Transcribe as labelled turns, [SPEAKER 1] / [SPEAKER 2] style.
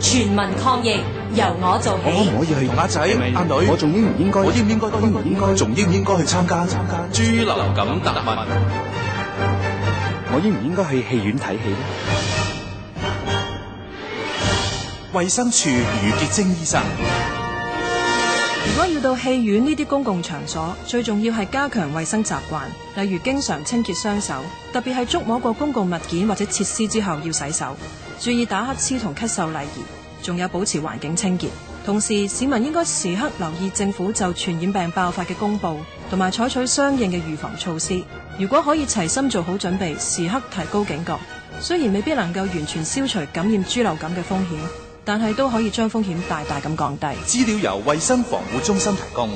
[SPEAKER 1] 全民抗疫，由我做
[SPEAKER 2] 我可
[SPEAKER 1] 起。
[SPEAKER 2] 唔可以去同阿仔、阿女？
[SPEAKER 3] 我仲應唔應該？
[SPEAKER 2] 我應唔應該？應唔應該？仲應唔應該去參加？參加
[SPEAKER 4] 猪流感特問，
[SPEAKER 3] 我應唔應該去戲院睇戲咧？
[SPEAKER 2] 衛生署余潔晶醫生，
[SPEAKER 5] 如果要到戲院呢啲公共場所，最重要係加強衛生習慣，例如經常清潔雙手，特別係觸摸過公共物件或者設施之後要洗手，注意打乞嗤同咳嗽禮儀，仲有保持環境清潔。同時，市民應該時刻留意政府就傳染病爆發嘅公佈，同埋採取相應嘅預防措施。如果可以齊心做好準備，時刻提高警覺，雖然未必能夠完全消除感染豬流感嘅風險，但係都可以將風險大大咁降低。
[SPEAKER 2] 資料由衛生防護中心提供。